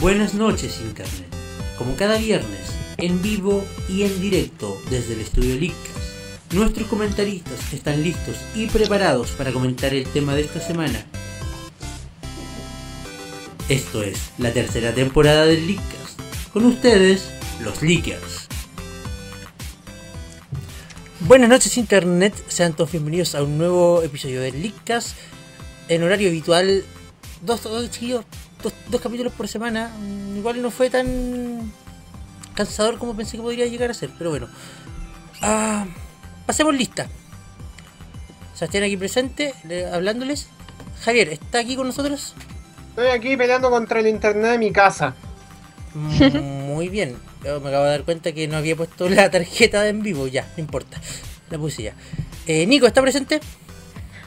Buenas noches Internet, como cada viernes, en vivo y en directo desde el estudio Lickas. Nuestros comentaristas están listos y preparados para comentar el tema de esta semana. Esto es la tercera temporada del Lickas. Con ustedes, los Lickers. Buenas noches Internet, sean todos bienvenidos a un nuevo episodio del Lickas. En horario habitual, dos, dos chiquillos, dos, dos capítulos por semana. Mm, Igual no fue tan cansador como pensé que podría llegar a ser, pero bueno. Ah, pasemos lista. Sebastián aquí presente, le- hablándoles. Javier, ¿está aquí con nosotros? Estoy aquí peleando contra el internet de mi casa. Muy bien. Yo me acabo de dar cuenta que no había puesto la tarjeta de en vivo. Ya, no importa. La puse ya. Eh, Nico, ¿está presente?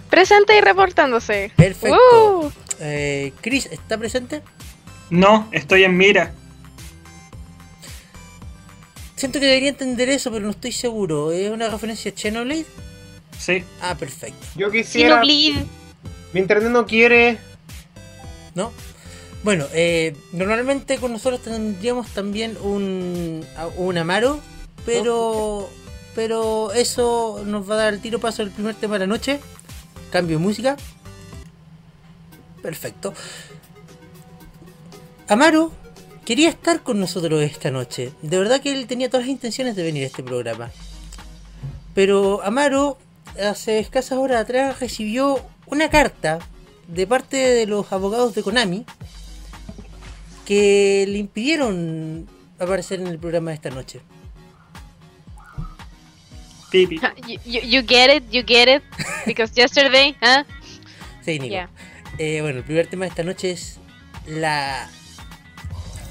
Presente y reportándose. Uh, Perfecto. ¡Woo! Eh, Chris, ¿está presente? No, estoy en mira. Siento que debería entender eso, pero no estoy seguro. ¿Es una referencia a Xenoblade? Sí. Ah, perfecto. Yo Sin quisiera. oblid. Mi internet no quiere. ¿No? Bueno, eh, normalmente con nosotros tendríamos también un, a- un Amaro, pero, pero eso nos va a dar el tiro paso del primer tema de la noche. Cambio de música. Perfecto. Amaro quería estar con nosotros esta noche. De verdad que él tenía todas las intenciones de venir a este programa. Pero Amaro, hace escasas horas atrás, recibió una carta de parte de los abogados de Konami que le impidieron aparecer en el programa de esta noche. Pipi. Ja, You, you, you get it, you get it. Because yesterday, huh? Sí, Nico. Ya. Eh, bueno, el primer tema de esta noche es la...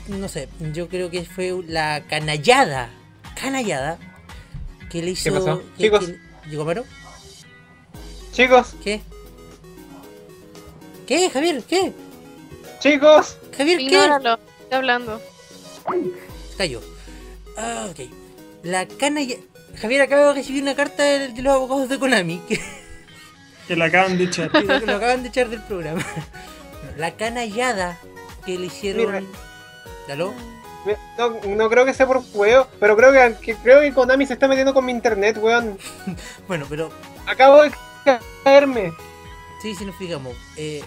No sé, yo creo que fue la canallada. Canallada. Que le hizo... pasó? que- Chicos. que- ¿Llegó Maro? Chicos, ¿Qué? ¿Qué, Javier? ¿Qué? chicos. Javier, ¿qué? Ignóralo. Está hablando. Cayó. Ah, ok. La canalla... Javier acaba de recibir una carta de, de los abogados de Konami que, Que la acaban de echar. que lo acaban de echar del programa. La canallada que le hicieron... Mira. ¿Aló? No, no creo que sea por juego, pero creo que, que- creo que Konami se está metiendo con mi internet, weón. Bueno, pero Acabo de caerme. Sí, si nos fijamos. Eh,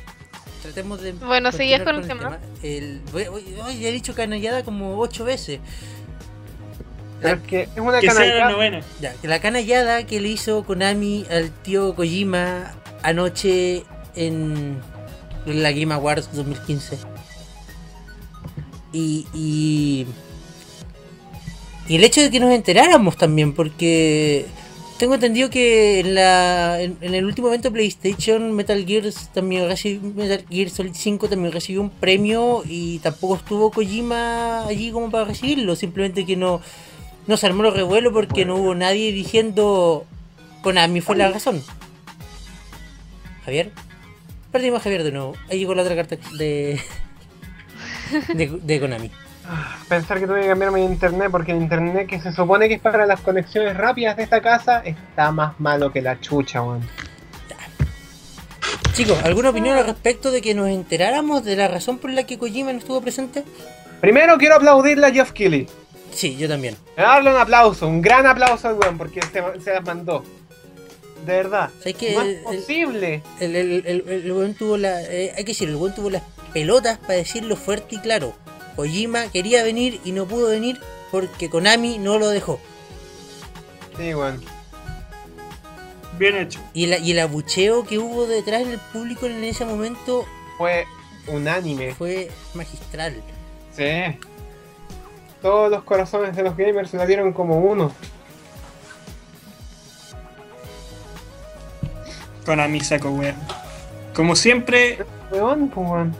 tratemos de. Bueno, seguías continuar con el tema. El- voy- voy- ay, ya he dicho canallada como ocho veces. Pero es que es una Eh, Que sea la canalla. novena. Ya, que la canallada que le hizo Konami al tío Kojima anoche en la Game Awards 2015. Y, y, y el hecho de que nos enteráramos también, porque tengo entendido que en, la, en, en el último evento PlayStation, Metal Gear, también recibió, Metal Gear Solid 5 también recibió un premio y tampoco estuvo Kojima allí como para recibirlo, simplemente que no, no se armó el revuelo porque no hubo nadie diciendo Konami fue la razón. Javier, perdimos a Javier de nuevo. Ahí llegó la otra carta de, de, de Konami. Pensar que tuve que cambiar mi internet porque el internet que se supone que es para las conexiones rápidas de esta casa está más malo que la chucha, weón. Chicos, ¿alguna opinión al respecto de que nos enteráramos de la razón por la que Kojima no estuvo presente? Primero quiero aplaudirle a Jeff Keighley. Sí, yo también. Darle un aplauso, un gran aplauso al weón porque se, se las mandó. De verdad. ¿Sabes que no es el- el, posible. el, el- el- el weón tuvo la. eh, hay que decirlo, el weón tuvo las pelotas para decirlo fuerte y claro. Kojima quería venir y no pudo venir porque Konami no lo dejó. Sí, weón. Bien hecho. Y, la- y el abucheo que hubo detrás del público en ese momento Fue unánime. fue magistral. Sí. Todos los corazones de los gamers se la dieron como uno. Con a mi saco wea. Como siempre, Weón, pues, weón.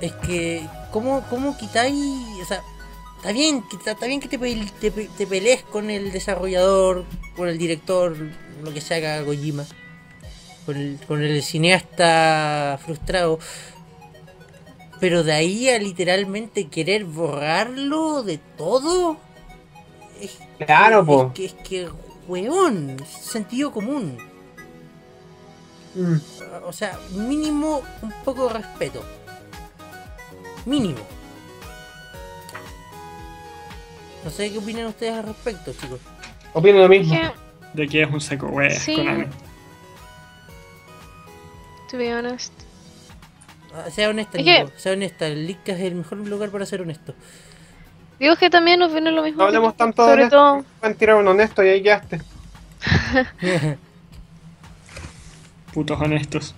Es que, ¿cómo, cómo quitáis? O sea, está bien, que- está, está bien que te, pe- te, pe- te pelees con el desarrollador, con el director, lo que se haga Kojima, con el, con el cineasta frustrado. Pero de ahí a literalmente querer borrarlo de todo. es- Claro, es po. que- Es que, weón, sentido común. Mm. O sea, mínimo un poco de respeto. Mínimo. No sé qué opinan ustedes al respecto, chicos. Opino lo mismo. Dije, De que es un saco wea, Sí. Konami. to be honest. Ah, Sea honesta, Es que- Nico, sea honesta. El Licka es el mejor lugar para ser honesto. Digo que también nos viene lo mismo. No hablemos que- tanto de Sobre honesto. todo, Pueden tirar un honesto y ahí quedaste. Putos honestos.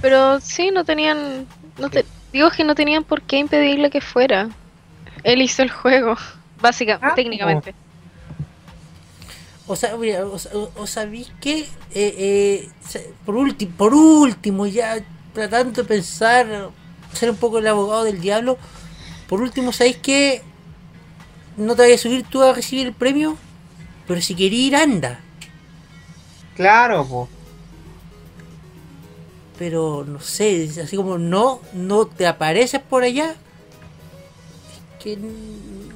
pero sí, no tenían. No te, digo que no tenían por qué impedirle que fuera. Él hizo el juego, básica, Ah, técnicamente. O sea, mira, o, sa- o- o sabéis que, eh, eh, se- por, último por último, ya tratando de pensar, ser un poco el abogado del diablo, por último, ¿sabéis que no te vayas a subir tú a recibir el premio? Pero si querís ir, anda. Claro, po. Pero no sé, es así como no, no te apareces por allá. Es que n-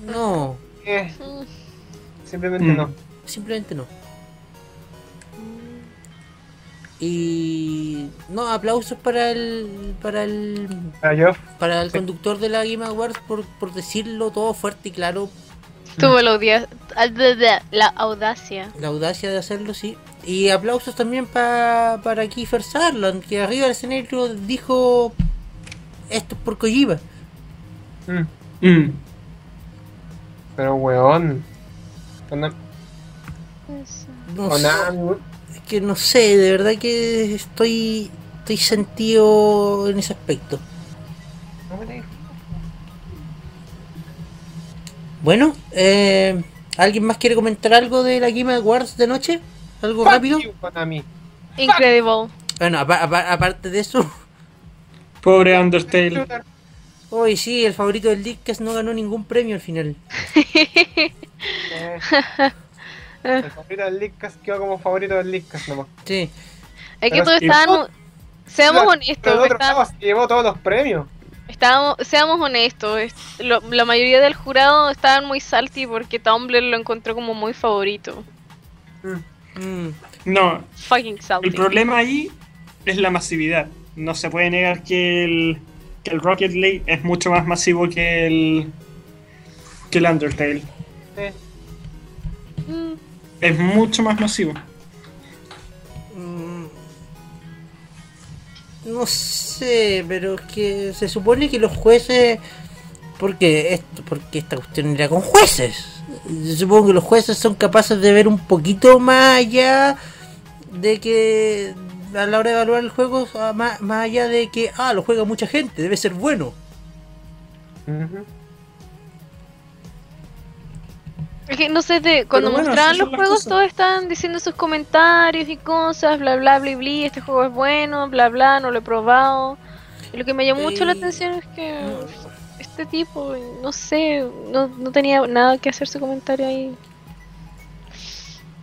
no, Eh, Mm. simplemente Mm. no. simplemente no. Y no, aplausos para el para el Para yo, para el Sí. conductor de la Game Awards por, por decirlo todo fuerte y claro, Tuvo la, audia- ah, de- de- la audacia. la audacia de hacerlo, sí. Y aplausos también pa- para Kiefer Sutherland, que arriba del escenario dijo esto es por Kojima. Mm. Mm. Pero weón. Konami, No sé, Konami, es que no sé, de verdad que estoy estoy sentido en ese aspecto. no me digas. Bueno, eh, ¿alguien más quiere comentar algo de la Game Awards de noche? ¿Algo Fuck rápido? you, Konami. Incredible. Bueno, apa- apa- aparte de eso, Pobre Undertale. Shooter. hoy sí, el favorito del Dickcast no ganó ningún premio al final. Eh. El favorito del Leadcast quedó como favorito del Leadcast nomás. Sí. Es que Pero todos sí. estaban. Claro, Pero Seamos el honestos, otro estaban- lado se llevó todos los premios. Estábamos, seamos honestos, es- lo- la mayoría del jurado estaban muy salty porque Tumblr lo encontró como muy favorito. Mm, No, Fucking salty. el problema ahí es la masividad. No se puede negar que el, que el Rocket League es mucho más masivo que el, que el Undertale. Eh, Mm, Es mucho más masivo. mm. no sé, pero es que se supone que los jueces... Porque, esto, porque esta cuestión era con jueces. Yo supongo que los jueces son capaces de ver un poquito más allá de que a la hora de evaluar el juego, a- más, más allá de que, ah, lo juega mucha gente, debe ser bueno. ujú. es que, no sé, de, cuando bueno, mostraban así son los las juegos cosas. todos estaban diciendo sus comentarios y cosas, bla bla bla bla, este juego es bueno, bla bla, no lo he probado. Y lo que me llamó mucho la Eh, Sí. atención es que No. este tipo, no sé, no, no tenía nada que hacer su comentario ahí.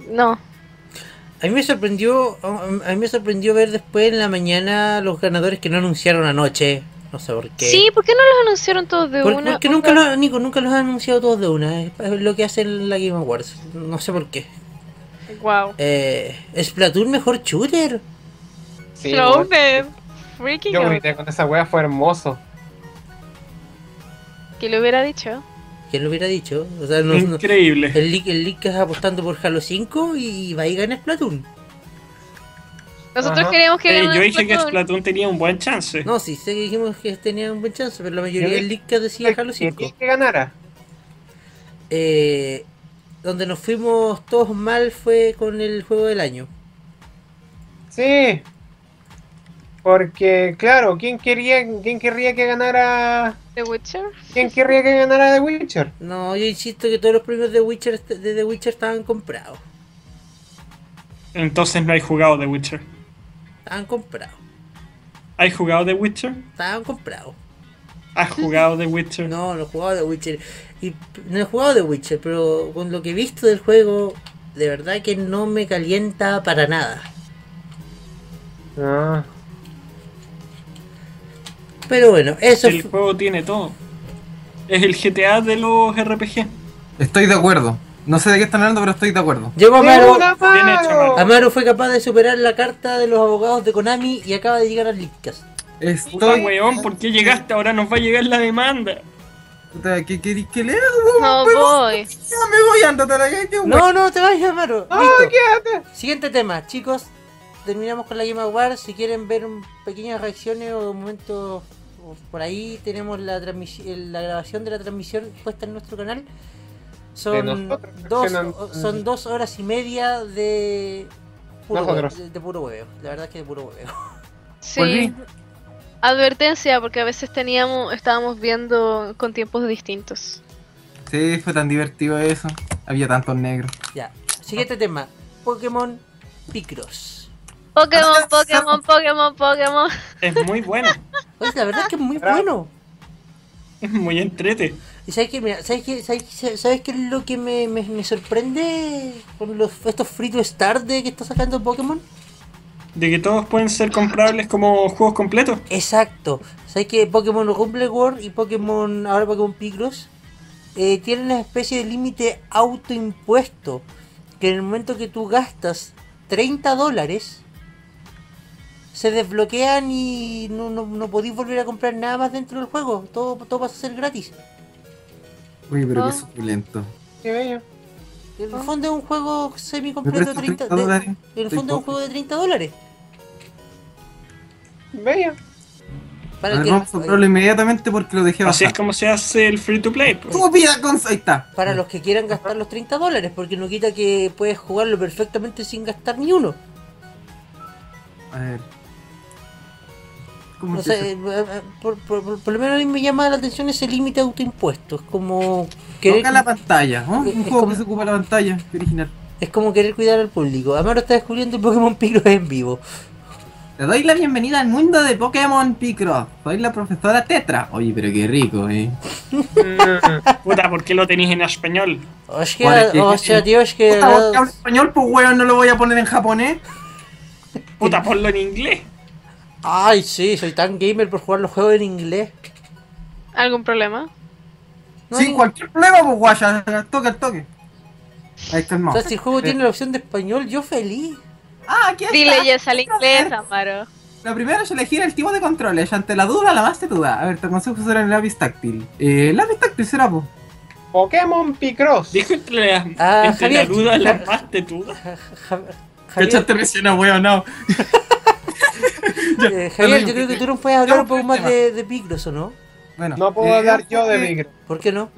No. A mí me sorprendió, a, a- a mí me sorprendió ver después en la mañana los ganadores que no anunciaron anoche. No sé por qué. Sí, ¿por qué no los anunciaron todos de Por- una? porque Onda- nunca lo, Nico, nunca los han anunciado todos de una. Es es lo que hace la Game Awards. No sé por qué. Wow. Eh, Splatoon mejor shooter. Sí, Flow weón. de freaking Yo out. grité con esa wea, fue hermoso. Que lo hubiera dicho. ¿Quién lo hubiera dicho? O sea, no, no- Increíble. el Lick el Lick es apostando por Halo 5 y, va y gana Splatoon. Nosotros Ajá. queríamos que Eh, ganara yo dije que Splatoon. Splatoon tenía un buen chance. No, sí, sé que dijimos que tenían un buen chance, pero la Yo mayoría del Lick decía Halo ¿Quién 5. que ganara? Eh, donde nos fuimos todos mal fue con el juego del año. Sí. Porque, claro, ¿quién quería, quién querría que ganara? The Witcher. ¿Quién querría que ganara The Witcher? No, yo insisto que todos los premios de Witcher est- de The Witcher estaban comprados. Entonces no hay jugado The Witcher. Estaban comprados. ¿Hay jugado The Witcher? Estaban comprados. ¿Has jugado The Witcher? Mm. No, no he jugado de Witcher. Y p- no he jugado de Witcher, pero con lo que he visto del juego, de verdad que no me calienta para nada. Ah, Pero bueno, eso El fu- juego tiene todo. Es el GTA de los RPG. Estoy de acuerdo. No sé de qué están hablando, pero estoy de acuerdo. Llegó Amaru. ¡Segura, Bien hecho, Maru! Maru. Amaru fue capaz de superar la carta de los abogados de Konami y acaba de llegar a Litcast. Puta Estoy. weón, ¿por qué llegaste? Ahora nos va a llegar la demanda. Puta, ¿Qué querés que le hago? No Pero- voy. Ya me voy, ándate a la calle, weón. No, no, te vayas, Maru. ¡No, Listo. Ah, quédate! Siguiente tema, chicos. Terminamos con la Game Award. Si quieren ver un- pequeñas reacciones o momentos o por ahí, tenemos la, transmis- el- la grabación de la transmisión puesta en nuestro canal. De Son, nosotros, dos, reaccionan- o- son dos horas y media de puro, huevo, Nosotros. de, de puro hueveo. La verdad es que de puro hueveo. Sí. Advertencia, porque a veces teníamos, estábamos viendo con tiempos distintos. Sí, fue tan divertido eso. Había tantos negros. Ya. Siguiente tema, Pokémon Picross. Pokémon, Pokémon, Pokémon, Pokémon. Es muy bueno. Oye, la verdad es que es muy Bravo. bueno. Es muy entrete. ¿Y sabes qué? Mira, ¿sabes qué? ¿Sabes qué? ¿Sabes qué es lo que me, me- me sorprende con los, estos free to start de que está sacando Pokémon? De que todos pueden ser comprables como juegos completos. Exacto. ¿Sabes que Pokémon Rumble World y Pokémon, ahora Pokémon Picross, eh, tienen una especie de límite autoimpuesto? Que en el momento que tú gastas 30 dólares, se desbloquean y no, no, no podéis volver a comprar nada más dentro del juego. Todo, todo pasa a ser gratis. Uy, pero Ah. qué suculento. ¡Qué bello! En Ah. el fondo es un juego semi completo de prestas 30 30 de- dólares? En el Soy fondo es un pobre. juego de 30 dólares. ¡Bello! A Para ver, que, vamos a comprarlo inmediatamente porque lo dejé Así bajar. es como se hace el free to play. pues. po. ¡Estúpida consola! Ahí está. para los que quieran gastar los 30 dólares, porque no quita que puedes jugarlo perfectamente sin gastar ni uno. A ver. ¿Cómo No se sé, eh, eh, por, por- por- por lo menos a mí me llama la atención ese límite autoimpuesto. Es como querer, Toca la pantalla, ¿no? Es- Un es juego como- que se ocupa la pantalla, qué original. es como querer cuidar al público. Amaro está descubriendo el Pokémon Picross en vivo. Te doy la bienvenida al mundo de Pokémon Picross. Soy la profesora Tetra. Oye, pero qué rico, eh. Mm, Puta, ¿por qué lo tenéis en español? O sea, Ahora que- o sea, tío, es que. Puta, vos que hablas español, pues weón, no lo voy a poner en japonés. Puta, ponlo en inglés. Ay, sí, soy tan gamer por jugar los juegos en inglés. ¿Algún problema? No, Sin ni- cualquier problema, pues guaya. al Toque, al toque. Ahí está el O mouse. sea, si el juego tiene la opción de español, yo feliz. Ah, aquí está. Dile yes al inglés, Amaro. Lo primero es elegir el tipo de controles. Ante la duda, la más te duda. A ver, te aconsejo usar el lápiz táctil. Eh, lápiz táctil será, pues. Pokémon Picross. Dijo entre la, Ah, entre Javier. la duda la más tetuda. Ja- ja- Javier, Cachaste recién a weón, no. Ya, eh, Javier, perdón, yo creo que tú nos puedes hablar Ya, un poco el más tema. de, de Picross, ¿o no? Bueno, No puedo eh, ah, hablar yo de eh, Picross, ¿Por qué no?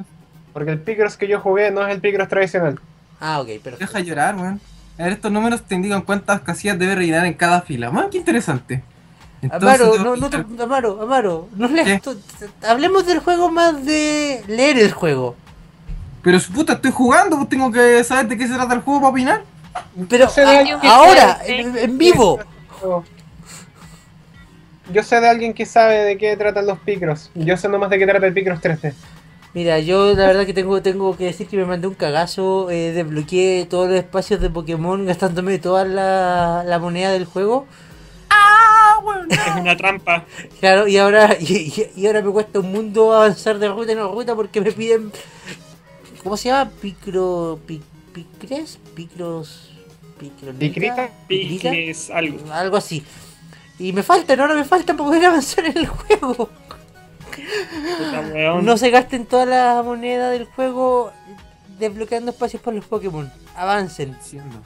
porque el Picross que yo jugué no es el Picross tradicional. Ah, ok, perfecto. Deja llorar, weón. A ver, estos números te indican cuántas casillas debe rellenar en cada fila. Man, qué interesante. Amaro, te- Ah, no, no te- Amaro, Amaro, no leas ¿Qué? to- Hablemos del juego más de leer el juego. Pero su puta, estoy jugando, pues tengo que saber de qué se trata el juego para opinar. Pero Yo sé de a- alguien que ahora, sabe, en, en vivo. Oh. Yo sé de alguien que sabe de qué tratan los Picross. Yo sé nomás de qué trata el Picross 3D. Mira, yo la verdad que tengo, tengo que decir que me mandé un cagazo, eh, desbloqueé todos los espacios de Pokémon gastándome toda la, la moneda del juego. Es una trampa. Claro, y ahora, y, y- y ahora me cuesta un mundo avanzar de ruta en ruta porque me piden. ¿Cómo se llama? Picro. Pic, picres? Picros. Picronita. ¿Picrita? Picrita, Picles, algo. Algo así. Y me faltan, ahora me faltan para poder avanzar en el juego. Puta, weón. No se gasten toda la moneda del juego desbloqueando espacios para los Pokémon. Avancen. Siendo.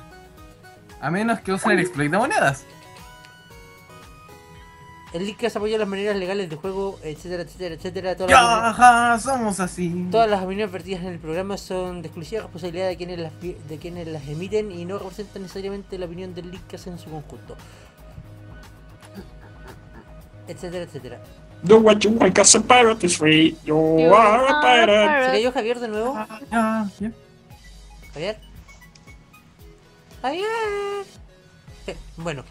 A menos que usen el exploit de monedas. El link que se apoya las maneras legales del juego, etcétera, etcétera, etcétera. todas las maneras- Yaja, somos así. Todas las opiniones vertidas en el programa son de exclusiva responsabilidad de quienes las, pi- de quienes las emiten y no representan necesariamente la opinión del link que hacen en su conjunto. Etcétera, etcétera. Do what you want, cause a pirate is free. You You are a are a pirate. ¿Se cayó Javier de nuevo? Ah, ah, ya. ¿Javier? ¡Javier! Eh, Bueno,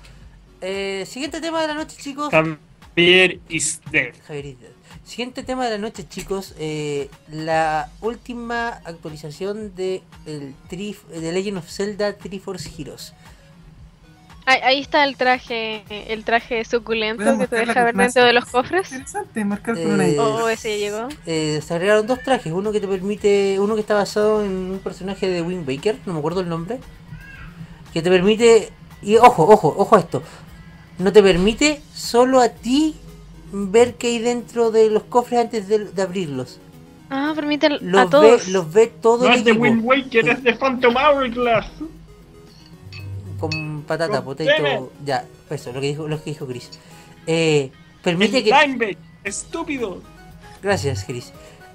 eh, siguiente tema de la noche, chicos. Javier is dead. Javier Isla. Siguiente tema de la noche, chicos. eh, la última actualización de, el tri, de Legend of Zelda Triforce Heroes. Ahí, ahí está el traje, el traje suculento Pueden que te buscar la deja ver dentro combinación. de los cofres. Interesante, marcar con una Eh, I. Oh, ese ya llegó. Eh, se agregaron dos trajes, uno que te permite, uno que está basado en un personaje de Wind Waker, no me acuerdo el nombre, que te permite, y ojo, ojo, ojo a esto, no te permite solo a ti ver qué hay dentro de los cofres antes de, de abrirlos. Ah, permiten a Los ve, todos. los ve todo No el es de equipo. Wind Waker, es de Phantom Hourglass. Con patata, Los potato. debe. Ya, eso, lo que dijo, lo que dijo Chris. Eh, permite Es que. Dimebag, estúpido. Gracias, Chris.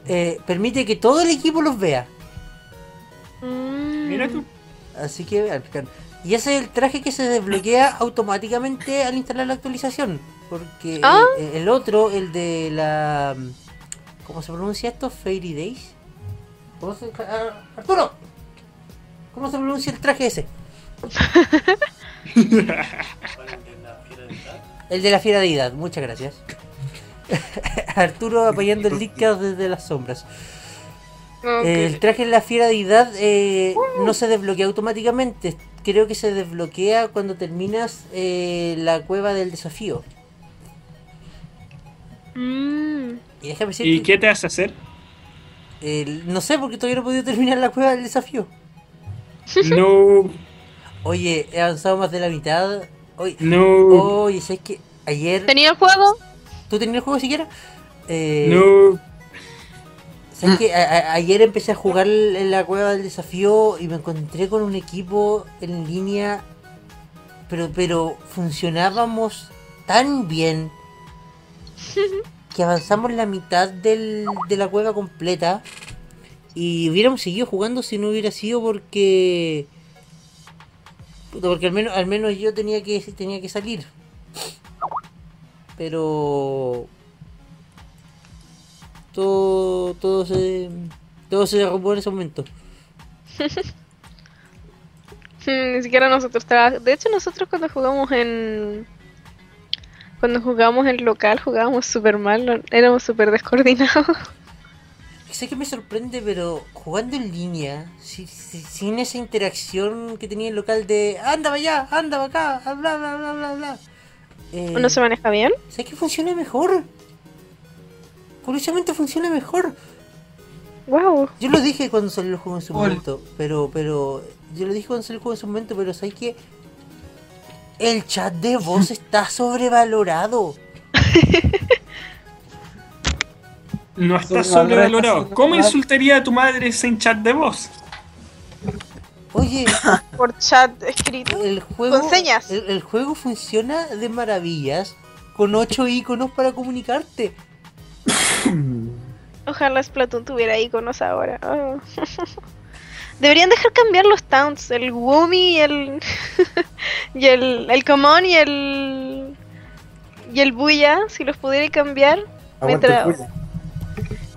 Eh, permite que todo el equipo los vea. Mm. Mira tú. Así que vean, bacán. Y ese es el traje que se desbloquea automáticamente al instalar la actualización. Porque Ah. el, el otro, el de la. ¿Cómo se pronuncia esto? Fairy Days. ¿Cómo se- ah, ¡Arturo! ¿Cómo se pronuncia el traje ese? El de la fiera deidad, muchas gracias. Arturo apoyando el Lickcast desde las sombras. Ok. El traje de la fiera deidad eh, no se desbloquea automáticamente. Creo que se desbloquea cuando terminas eh, la cueva del desafío. Mm. Y déjame decirte, ¿Y qué te hace hacer? el- no sé, porque todavía no he podido terminar la cueva del desafío. No, Oye, he avanzado más de la mitad. Oye, no, oye ¿sabes qué? Ayer... ¿Tenía el juego? ¿Tú tenías el juego siquiera? Eh, no. ¿Sabes qué? A- a- ayer empecé a jugar en la cueva del desafío y me encontré con un equipo en línea, pero, pero funcionábamos tan bien que avanzamos la mitad del- de la cueva completa y hubiéramos seguido jugando si no hubiera sido porque puta, porque al menos al menos yo tenía que tenía que salir pero todo, todo se todo se derrumbó en ese momento. Mm, Ni siquiera nosotros traba- De hecho, nosotros cuando jugamos en. Cuando jugamos en local, jugábamos súper mal, no- éramos súper descoordinados. Sé que me sorprende, pero jugando en línea, si- si- sin esa interacción que tenía el local de anda para allá, anda para acá, bla bla bla bla bla. Eh, ¿Uno se maneja bien? sé que funciona mejor. Curiosamente funciona mejor. ¡Wow! Yo lo dije cuando salió el juego en su Hola. momento, pero, pero, yo lo dije cuando salió el juego en su momento, pero sabes que el chat de voz está sobrevalorado. No está Sobrevalorado, sobrevalorado. está ¿Cómo sobrevalorado. insultaría a tu madre sin chat de voz? Oye, Por chat escrito. El juego, Con señas. El, el juego funciona de maravillas con ocho iconos para comunicarte. Ojalá Splatoon tuviera iconos ahora. Oh. Deberían dejar cambiar los towns, el Woomy y el. y el. el Common y el. y el Buya, si los pudiera cambiar. Aguante Mientras- el puya.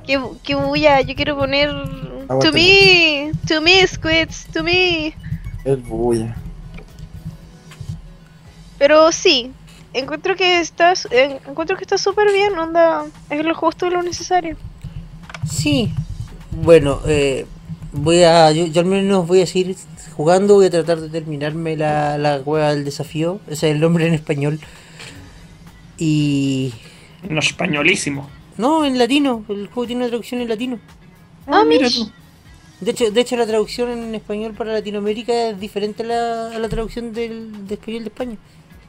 Que, que bulla, yo quiero poner. Aguante. To me, to me, Squids, to me. El bulla. Pero sí, encuentro que está, s- en- encuentro que está súper bien, onda. Es lo justo y lo necesario. Sí. Bueno, eh, voy a, yo, yo al menos voy a seguir jugando, voy a tratar de terminarme la, la cueva del desafío. Ese es el nombre en español. Y... En españolísimo. No, en latino. El juego tiene una traducción en latino. Ah, mira tú. De hecho, de hecho la traducción en español para Latinoamérica es diferente a la, a la traducción del, de español de España.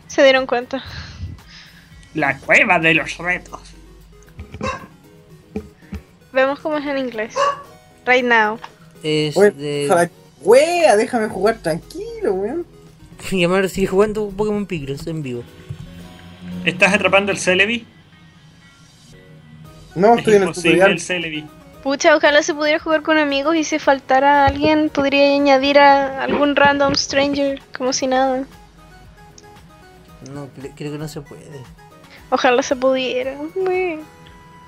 Se dieron cuenta. La cueva de los retos. Vemos cómo es en inglés. Right now. Es Oye, de... ojalá- Wea, déjame jugar tranquilo, weón. Mi amor sigue jugando Pokémon Picross en vivo. ¿Estás atrapando el Celebi? No, Es estoy en el imposible tutorial. el Celebi. Pucha, ojalá se pudiera jugar con amigos y si faltara alguien, podría añadir a algún random stranger, como si nada. No, cre- creo que no se puede. Ojalá se pudiera. Ué.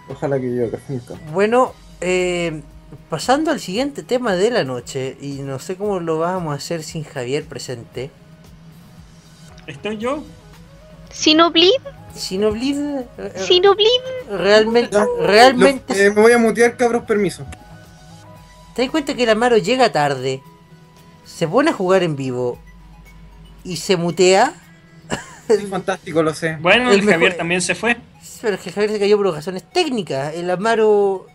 Ojalá que yo nunca. Bueno, eh, pasando al siguiente tema de la noche, y no sé cómo lo vamos a hacer sin Javier presente. ¿Estoy yo? Sinoblid, Sinoblid, eh, eh, Sinoblid. realmente, Ya, realmente, Yo, eh, me voy a mutear, cabros, permiso. ¿te das cuenta que el Amaro llega tarde? Se pone a jugar en vivo y se mutea. Es fantástico, lo sé. Bueno, El el, Javier mejor- también se fue. Pero es que Javier se cayó por razones técnicas. El Amaro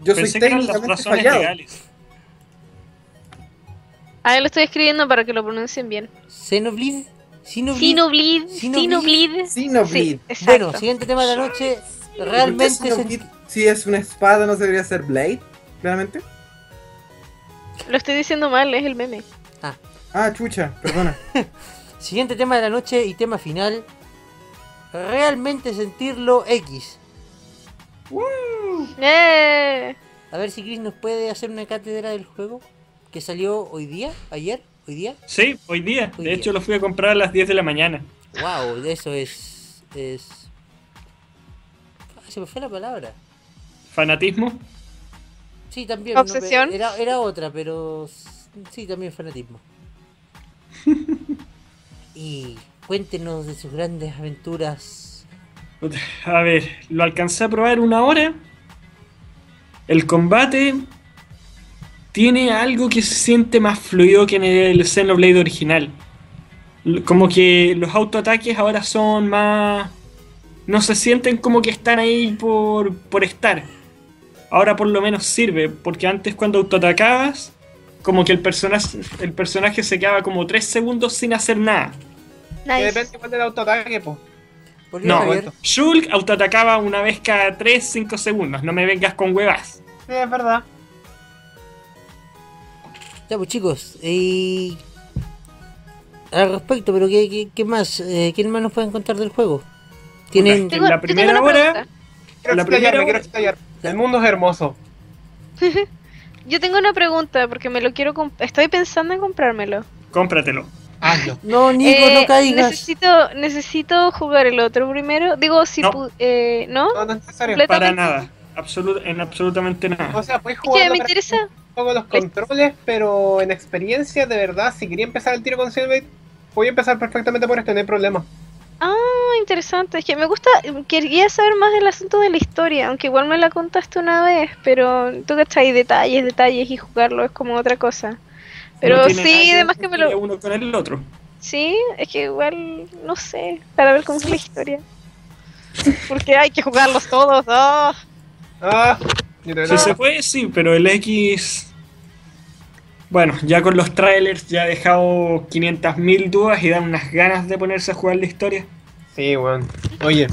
Yo soy Pensé que eran las técnicamente razones fallado. legales. A ver, lo estoy escribiendo para que lo pronuncien bien. Xenoblid, Sinoblid. Sinoblid, Sinoblid. Sinoblid. Sinoblid. Sí, exacto. Bueno, siguiente tema de la noche. Realmente Sinoblid, sentí- si es una espada, no debería ser Blade, claramente. Lo estoy diciendo mal, es el meme. Ah, chucha, perdona. Siguiente tema de la noche y tema final. Realmente sentirlo X. ¡Eh! A ver si Chris nos puede hacer una cátedra del juego que salió hoy día, ayer, hoy día. Sí, hoy día. Hoy de día. hecho, lo fui a comprar a las 10 de la mañana. Wow, eso es es Ah, se me fue la palabra. Fanatismo. Sí, también. no, pe- Obsesión. era, era otra, pero s- sí, también fanatismo. y cuéntenos de sus grandes aventuras. A ver, lo alcancé a probar una hora. El combate tiene algo que se siente más fluido que en el Xenoblade original. L- Como que los autoataques ahora son más... No se sienten como que están ahí por, por estar. Ahora por lo menos sirve, porque antes cuando autoatacabas, como que el personaje, el personaje se quedaba como 3 segundos sin hacer nada. Que Nice. depende igual del autoataque, pues. Volvió No, Javier. Shulk autoatacaba una vez cada 3-5 segundos. No me vengas con huevas. Sí, es verdad. Ya pues chicos, y... Al respecto, pero ¿qué, qué, qué más? Eh, ¿Quién más nos pueden contar del juego? Tienen... Puta, en la yo tengo primera una hora- pregunta. Quiero La primera explayarme, hora- quiero explayar. El mundo es hermoso. Yo tengo una pregunta porque me lo quiero. comp- Estoy pensando en comprármelo. Cómpratelo. Hazlo. No, Nico, Eh, no caigas. Necesito, necesito jugar el otro primero. Digo, si. No. pu- eh, ¿No? No, no es necesario. Completo. Para Totalmente. nada. Absolu- en absolutamente O nada. sea, puedes Es que jugar me interesa. todos los controles, pero en experiencia, de verdad, si quería empezar el tiro con Silvate, voy a empezar perfectamente por esto, no hay problema. Ah, interesante. Es que me gusta. Quería saber más del asunto de la historia. Aunque igual me la contaste una vez. Pero tú cachai, detalles, detalles y jugarlo es como otra cosa. Pero No tiene nada sí, además que me lo. ver Uno con el otro. Sí, es que igual, no sé, para ver cómo es la historia. Porque hay que jugarlos todos, ah. Ah, yo te Si se puede, sí, pero el X. Bueno, ya con los trailers ya ha dejado 500.000 dudas y dan unas ganas de ponerse a jugar la historia. Sí, weón. Oye,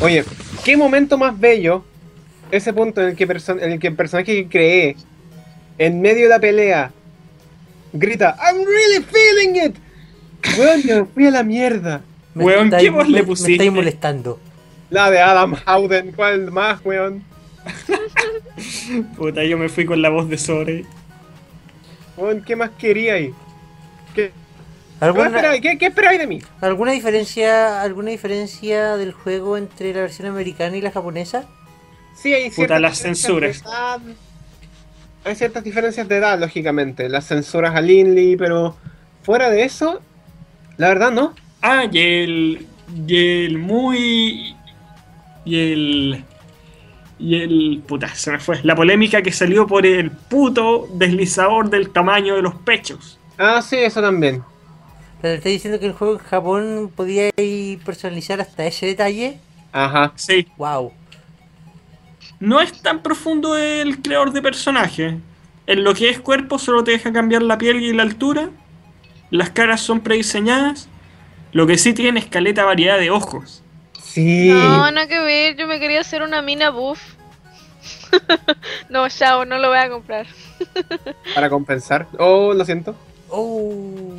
oye, ¿qué momento más bello? Ese punto en el que, perso- en el, que el personaje que creé, en medio de la pelea, grita, I'm really feeling it. Weón, me fui a la mierda. Me Weón, estáis- ¿qué voz le me- Me pusiste? estáis molestando. La de Adam Howden, ¿cuál más, weón? Puta, yo me fui con la voz de sobre. Weón, ¿qué más quería ahí? ¿Qué, qué, ¿Alguna, esperabais? ¿Qué- qué esperabais de mí? ¿Alguna diferencia alguna diferencia del juego entre la versión americana y la japonesa? Sí, hay ciertas las diferencias de edad. Hay ciertas diferencias de edad, lógicamente. Las censuras a Linley, pero fuera de eso, la verdad no. Ah, y el. Y el muy. Y el. Y el. Puta, se me fue. La polémica que salió por el puto deslizador del tamaño de los pechos. Ah, sí, eso también. Pero te estoy diciendo que el juego en Japón podía ir personalizar hasta ese detalle. Ajá. Sí. Wow. No es tan profundo el creador de personaje. En lo que es cuerpo solo te deja cambiar la piel y la altura. Las caras son prediseñadas. Lo que sí tiene es caleta variedad de ojos. Sí. No, nada que ver, yo me quería hacer una mina buff. no, chao, no lo voy a comprar. Para compensar. Oh, lo siento. Oh.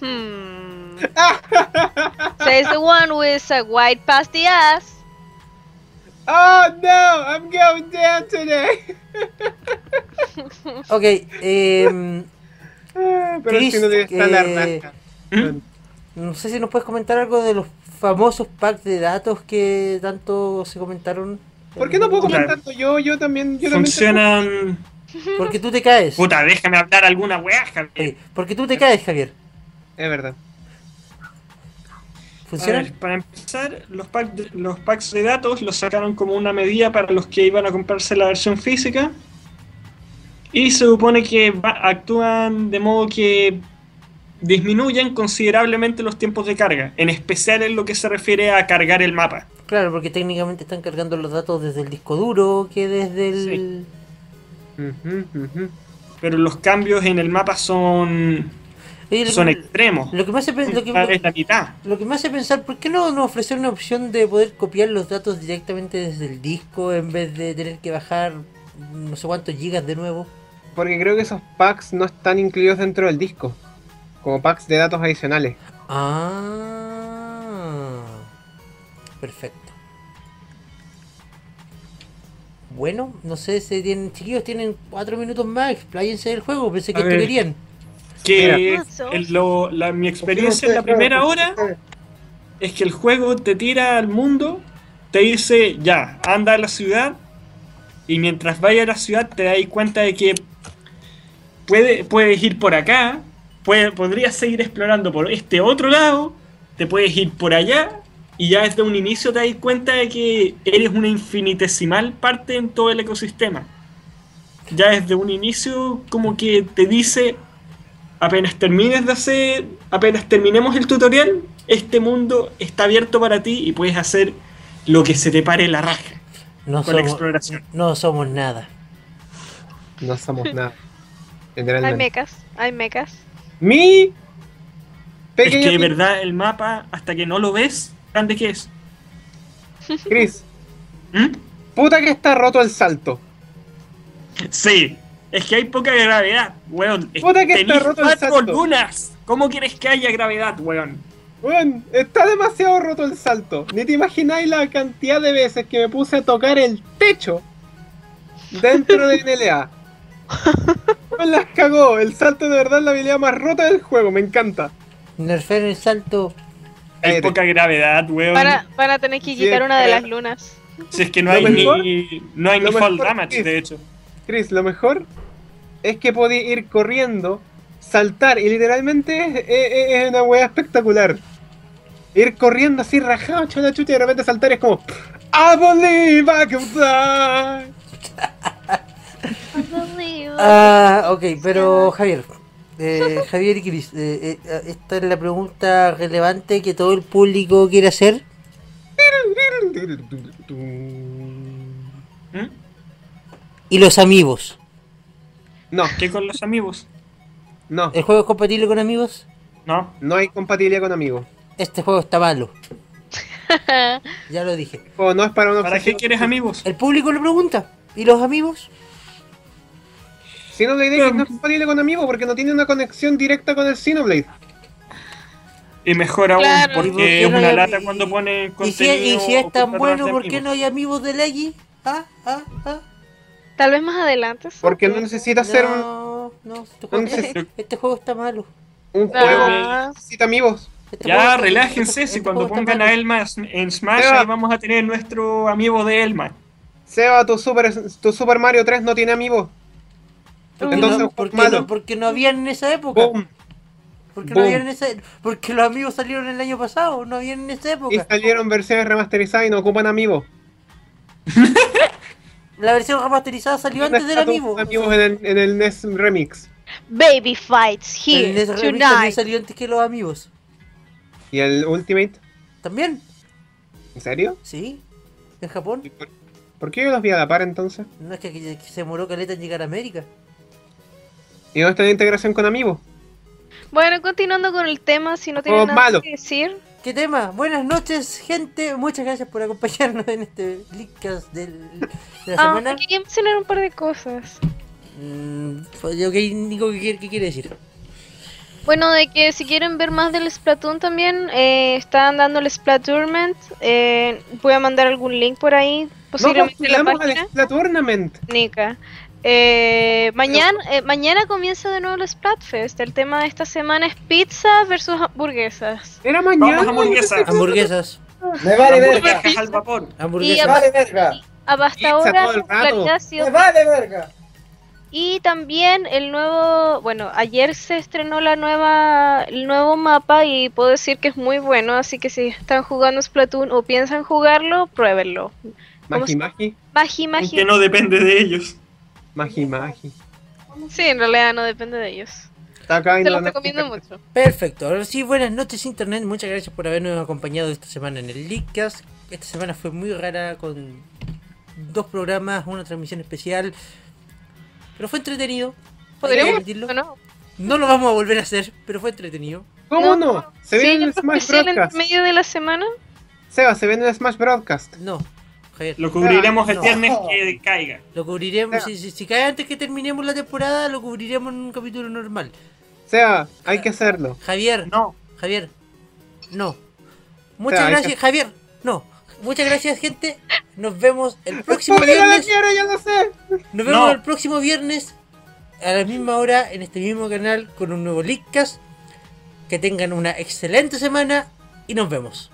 Hmm. Says the one with a white pasty ass. Oh, no, I'm going down today. Ok. em, Ah, Pero Chris, si no está la eh, raja. ¿Mm? no sé si nos puedes comentar algo de los famosos packs de datos que tanto se comentaron. ¿Por qué no puedo Claro. comentar tanto yo? Yo también. Yo Funcionan. Porque tú te caes. Puta, déjame hablar alguna weá, Javier. Eh, Porque tú te caes, Javier. También... Es verdad. A ¿Funciona? ver, para empezar, los, pack de- los packs de datos los sacaron como una medida para los que iban a comprarse la versión física. Y se supone que va- actúan de modo que disminuyen considerablemente los tiempos de carga, en especial en lo que se refiere a cargar el mapa. Claro, porque técnicamente están cargando los datos desde el disco duro que desde el... Ujú, ujú. Pero los cambios en el mapa son Oye, lo, Son que- extremos. Ah, lo que me hace pe- lo que- es la mitad. lo que me hace pensar, ¿por qué no, no ofrecer una opción de poder copiar los datos directamente desde el disco en vez de tener que bajar no sé cuántos gigas de nuevo? Porque creo que esos packs no están incluidos dentro del disco. Como packs de datos adicionales. Ah, perfecto. Bueno, no sé si tienen, chiquillos, tienen cuatro minutos más, expláyense del juego, pensé que A esto ver. querían. Que Mira. el- lo- la- mi experiencia en la primera hora es que el juego te tira al mundo, te dice ya, anda a la ciudad, y mientras vaya a la ciudad te das cuenta de que puede, puedes ir por acá, puede, podrías seguir explorando por este otro lado, te puedes ir por allá, y ya desde un inicio te das cuenta de que eres una infinitesimal parte en todo el ecosistema. Ya desde un inicio como que te dice apenas termines de hacer, apenas terminemos el tutorial, este mundo está abierto para ti y puedes hacer lo que se te pare la raja. No Con la somos, exploración. no somos nada. No somos nada. Hay Literalmente. mecas, hay mecas. Mi Es que pequeño de verdad el mapa, hasta que no lo ves, grande que es. Chris, ¿Mm? puta que está roto el salto. Sí, es que hay poca gravedad, weón. Es- Puta que está tenés roto el cuatro salto. lunas. ¿Cómo quieres que haya gravedad, weón? Weón, está demasiado roto el salto. Ni te imagináis la cantidad de veces que me puse a tocar el techo dentro de NLA. Weón, las cagó. El salto de verdad es la habilidad más rota del juego. Me encanta. Nerfear el salto, Hay Cállate. poca gravedad, weón. Van a, van a tener que Sí, eh, quitar una de para- las lunas. Si es que no Lo hay mejor- ni, no hay lo ni mejor fall damage, es- de hecho. Chris, lo mejor es que podí ir corriendo, saltar y literalmente es, es- es una weá espectacular. Ir corriendo así rajado, chola chucha y de repente saltar y es como I believe I can fly. Ah, ok, pero Javier, eh, Javier y Cris, eh, eh, esta es la pregunta relevante que todo el público quiere hacer. ¿Mm? Y los amigos. No, ¿Qué con los amigos? no, ¿El juego es compatible con amigos? No. no hay compatibilidad con amigos. Este juego está malo. Ya lo dije. O no es para un ¿Para qué quieres amigos? El público lo pregunta. ¿Y los amigos? Xenoblade X no es compatible con amigos porque no tiene una conexión directa con el Xenoblade. Y mejor aún, Claro. ¿Y por qué porque es no una hay- lata cuando pone ¿Y si, es- contenido. y si es tan oculto bueno, atrás por del qué mismo. no hay amigos de Leggy? Ah, ah, ah. Tal vez más adelante. sí. Porque no necesita hacer un, No, no, este juego, Entonces- este juego está malo. un juego que Ah, necesita amigos. Este juego Ya, está- relájense, este- si este cuando juego está pongan a malo. Elma en Smash, Seba. ahí vamos a tener nuestro amigo de Elma. Seba, tu Super, tu Super Mario 3 no tiene amigos. Porque Entonces, no, un porque, malo. no, porque no habían en esa época. Boom. Porque no Boom. habían en esa Porque los amigos salieron el año pasado, no habían en esa Y época. salieron versiones remasterizadas y no ocupan amigos. La versión remasterizada salió antes del amigo. Amigos en el, en el NES Remix. Baby fights El here NES Remix también tonight. salió antes que los amigos. ¿Y el Ultimate? ¿También? ¿En serio? Sí. En Japón. ¿Y ¿Por, por qué yo los vi a la par entonces? No es que, que se demoró caleta en llegar a América. ¿Y dónde está la integración con amigos? Bueno, continuando con el tema, si no tienen Oh, nada malo. que decir. ¿Qué tema? Buenas noches, gente. Muchas gracias por acompañarnos en este Leakcast del- de la Ah, semana. quería mencionar un par de cosas. Mm, ok, Nico, ¿qué, quiere- qué quiere decir? Bueno, de que si quieren ver más del Splatoon también, eh, están dando el Splatournament. Eh, voy a mandar algún link por ahí, No posiblemente en la postulamos página. al la Tournament. Nica. Eh, mañana, eh, mañana comienza de nuevo el Splatfest. El tema de esta semana es pizza versus hamburguesas. Era mañana. Vamos, hamburguesas. Hamburguesas. Me vale verga. Hamburguesas al vapor. Me Hamburguesas. vale verga. Ah, Hasta Pizza ahora todo el la popularidad rato. ha sido Me vale verga. Y también el nuevo, bueno, ayer se estrenó la nueva, el nuevo mapa y puedo decir que es muy bueno, así que si están jugando Splatoon o piensan jugarlo, pruébenlo. Magi, magi. Magi, Que magi. no depende de ellos. Magi, magi. Sí, en realidad no depende de ellos. Está acá y Se no- los no- recomiendo mucho. Perfecto. Ahora sí, buenas noches, Internet. Muchas gracias por habernos acompañado esta semana en el Leakcast. Esta semana fue muy rara con dos programas, una transmisión especial. Pero fue entretenido. Hay que Podríamos, admitirlo. ¿o no? No lo vamos a volver a hacer, pero fue entretenido. ¿Cómo no? No. Se Sí, ve en hay el otro Smash especial en Broadcast. medio de la semana? Seba, se ve en el Smash Broadcast. No, Javier. Lo cubriremos el No. viernes que caiga. Lo cubriremos. Seba. Si, si- si cae antes que terminemos la temporada, lo cubriremos en un capítulo normal. Seba, hay que hacerlo. Javier, No. Javier, no. Muchas Seba, hay que- gracias, Javier, no. Muchas gracias, gente. Nos vemos el próximo Porque yo la viernes. quiero, yo lo sé. Nos vemos No. el próximo viernes a la misma hora en este mismo canal con un nuevo Leakcast. Que tengan una excelente semana y nos vemos.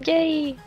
Yay.